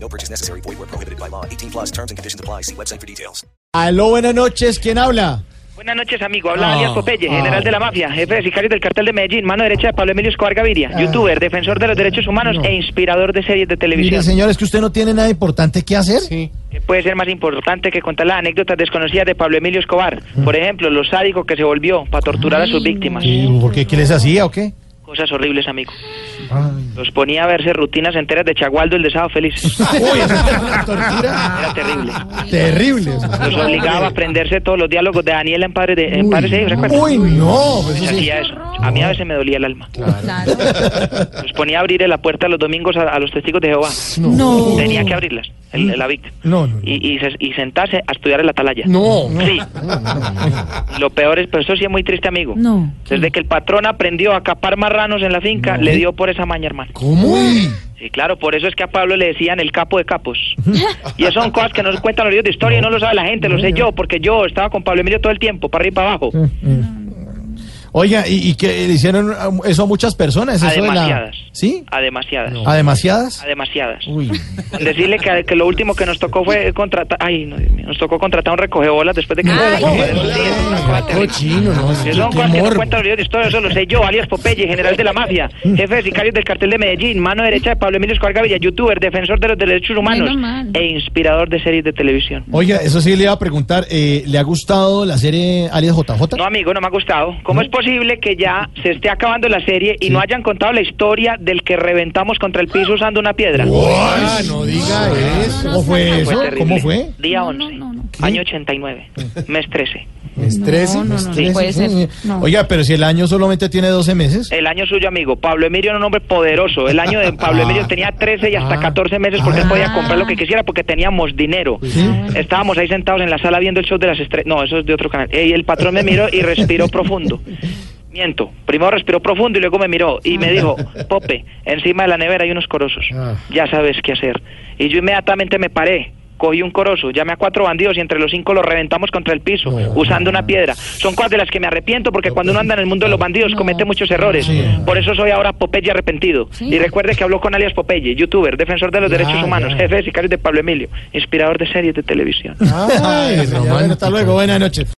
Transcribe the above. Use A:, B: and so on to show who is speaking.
A: No purchase necessary. Void where prohibited by law. 18 plus terms and conditions apply. See website for details.
B: Aló, buenas noches. ¿Quién habla?
C: Buenas noches, amigo. Habla
B: Ah,
C: alias Popeye,
B: ah. Ah.
C: general de la mafia, jefe de sicarios del cartel de Medellín, mano derecha de Pablo Emilio Escobar Gaviria, youtuber, defensor de los derechos humanos
B: no.
C: e inspirador de series de
B: Mire,
C: televisión.
B: señor, es que usted no tiene nada importante que hacer.
C: ¿Qué puede ser más importante que contar las anécdotas desconocidas de Pablo Emilio Escobar?
B: Ah.
C: Por ejemplo, lo sádico que se volvió para torturar a sus víctimas.
B: ¿Y ¿Por qué? ¿Qué les hacía o qué?
C: Cosas horribles, amigo. Los ponía a verse rutinas enteras de Chagualdo el de Sábado Feliz.
B: Uy, esa fue una tortura
C: Era terrible.
B: terrible.
C: Los obligaba a aprenderse todos los diálogos de Daniela en Padres de en Padres e Hijos, ¿recuerdas?
B: Uy, no. pues
C: Les
B: eso sí.
C: hacía eso. A mí a veces me dolía el alma. Los ponía a abrir la puerta los domingos a, a los testigos de Jehová.
B: No.
C: Tenía que abrirlas, el- la víctima.
B: No, no, no.
C: Y, y, se- y sentarse a estudiar en la atalaya.
B: No.
C: Sí. Lo peor es, pero eso sí es muy triste, amigo.
D: No.
C: Desde que el patrón aprendió a capar marranos en la finca, le dio por esa maña, hermano.
B: ¿Cómo?
C: Sí, claro, por eso es que a Pablo le decían el capo de capos. y eso son cosas que nos cuentan los libros de historia y no lo sabe la gente, lo sé yo, porque yo estaba con Pablo Emilio todo el tiempo, para arriba y para abajo.
B: Mm. Oiga, ¿y, y qué le hicieron eso a muchas personas?
C: A
B: Eso de la...
C: demasiadas.
B: ¿Sí?
C: A demasiadas.
B: ¿A demasiadas?
C: A demasiadas.
B: Uy.
C: Con Decirle que, que lo último que nos tocó fue contratar. Ay, no, Dios mío, nos tocó contratar un recogebolas después de que. Sí, es una cosa terrible.
B: Cochino, no.
C: Que
B: Qué
C: son cosas que no
B: temor. Mm.
C: cuentan los libros de historia, eso lo sé yo, alias Popeye, general de la mafia, jefe de sicarios del cartel de Medellín, mano derecha de Pablo Emilio Escobar Gaviria, youtuber, defensor de los derechos humanos
D: Menos mal.
C: e inspirador de series de televisión.
B: Oiga, eso sí le iba a preguntar. eh, ¿Le ha gustado la serie alias JJ?
C: No, amigo, no me ha gustado. ¿Cómo es posible que ya se esté acabando la serie y no hayan contado la historia del que reventamos contra el piso usando una piedra?
B: Ah, no diga eso. ¿Cómo fue eso?
C: terrible.
B: ¿Cómo fue?
C: Día
D: No,
C: 11,
D: no, no, no.
C: año 89, mes 13.
B: Mes 13.
D: no, no,
B: mes
D: no
B: 13,
D: puede
B: sí,
D: ser,
B: sí.
D: no.
B: Oiga, pero si el año solamente tiene 12 meses.
C: El año suyo, amigo. Pablo Emilio era un hombre poderoso. El año de Pablo Emilio tenía 13 y hasta 14 meses porque él podía comprar lo que quisiera porque teníamos dinero. Estábamos ahí sentados en la sala viendo el show de las estrellas. No, eso es de otro canal. Eh, Y el patrón me miró y respiró profundo. Miento. Primero respiró profundo y luego me miró y me dijo, Pope, encima de la nevera hay unos corozos. Ya sabes qué hacer. Y yo inmediatamente me paré. Cogí un corozo, llamé a cuatro bandidos y entre los cinco los reventamos contra el piso usando una piedra. Son cosas de las que me arrepiento porque cuando uno anda en el mundo de los bandidos comete muchos errores. Por eso soy ahora Popeye arrepentido. Y recuerde que habló con alias Popeye, youtuber, defensor de los derechos humanos, jefe de sicarios de Pablo Emilio, inspirador de series de televisión.
B: Ay, Román, hasta luego, buenas noches.